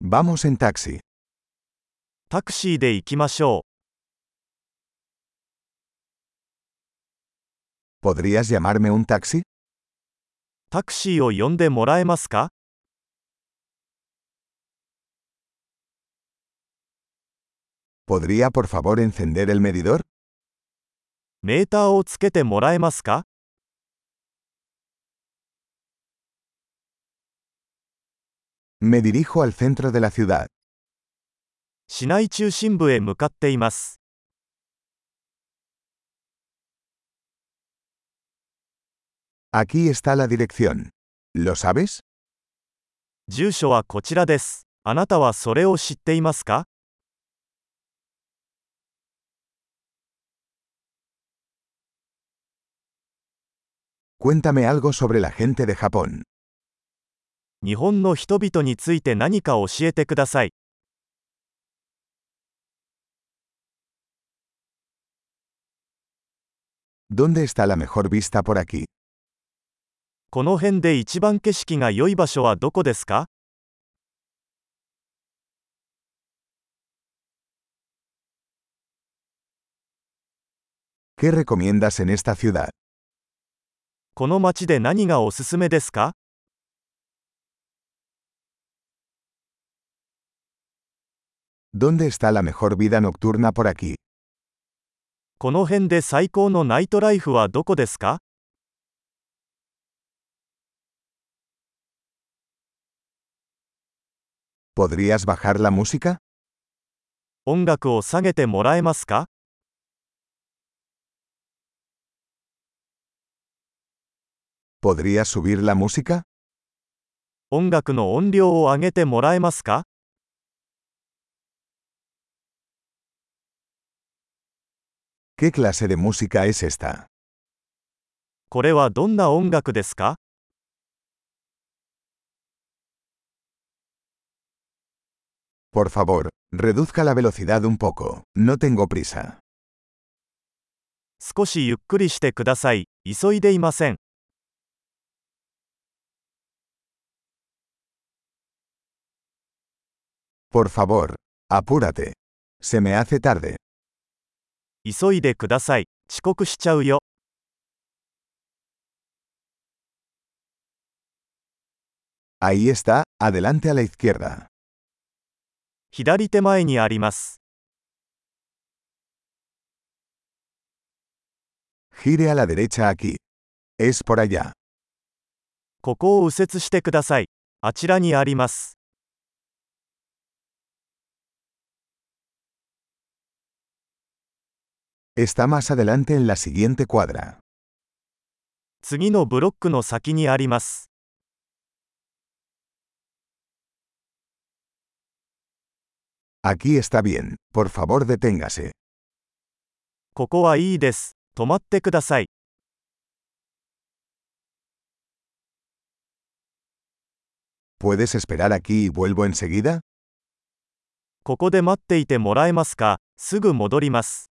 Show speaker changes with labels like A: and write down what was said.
A: Vamos en taxi.
B: タクシーで行きましょ
A: ¿Podrías llamarme un taxi?
B: う。タクシーを呼んでもらえますか
A: ¿Podría por favor encender el medidor?
B: メーターをつけてもらえますか
A: Me dirijo al centro de la ciudad.
B: 市内中心部へ向かっています。
A: Aquí está la dirección. ¿Lo sabes?
B: 住所はこちらです。あなたはそれを知っていますか
A: Cuéntame algo sobre la gente de Japón.
B: 日本の人々について何か教えてください。
A: ¿Dónde está la mejor vista por aquí?
B: この辺で一番景色が良い場所はどこですか
A: ¿Qué recomiendas en esta ciudad?
B: この街で何がおすすめですか
A: ¿Dónde está la mejor vida nocturna por aquí?
B: この辺で最高のナイトライフはどこですか
A: ¿Podrías bajar la música?
B: 音楽を下げてもらえますか
A: ¿Podrías subir la música?
B: 音楽の音量を上げてもらえますか
A: ¿Qué clase de música es esta?
B: これはどんな音楽ですか
A: Por favor, reduzca la velocidad un poco. No tengo prisa.
B: 少しゆっくりしてください。急いでいません。
A: Por favor, apúrate. Se me hace tarde.
B: 急いでください。遅刻しちゃうよ。
A: Ahí está, adelante a la izquierda.
B: 左手前にあります。
A: Gire a la derecha aquí. Es por allá.
B: ここを右折してください。あちらにあります。
A: Está más adelante en la siguiente cuadra.
B: 次のブロックの先にあります。
A: Aquí está bien. Por favor, deténgase.
B: ここはいいです。止まってください。
A: ¿Puedes esperar aquí y vuelvo enseguida?
B: ここで待っていてもらえますかすぐ戻ります。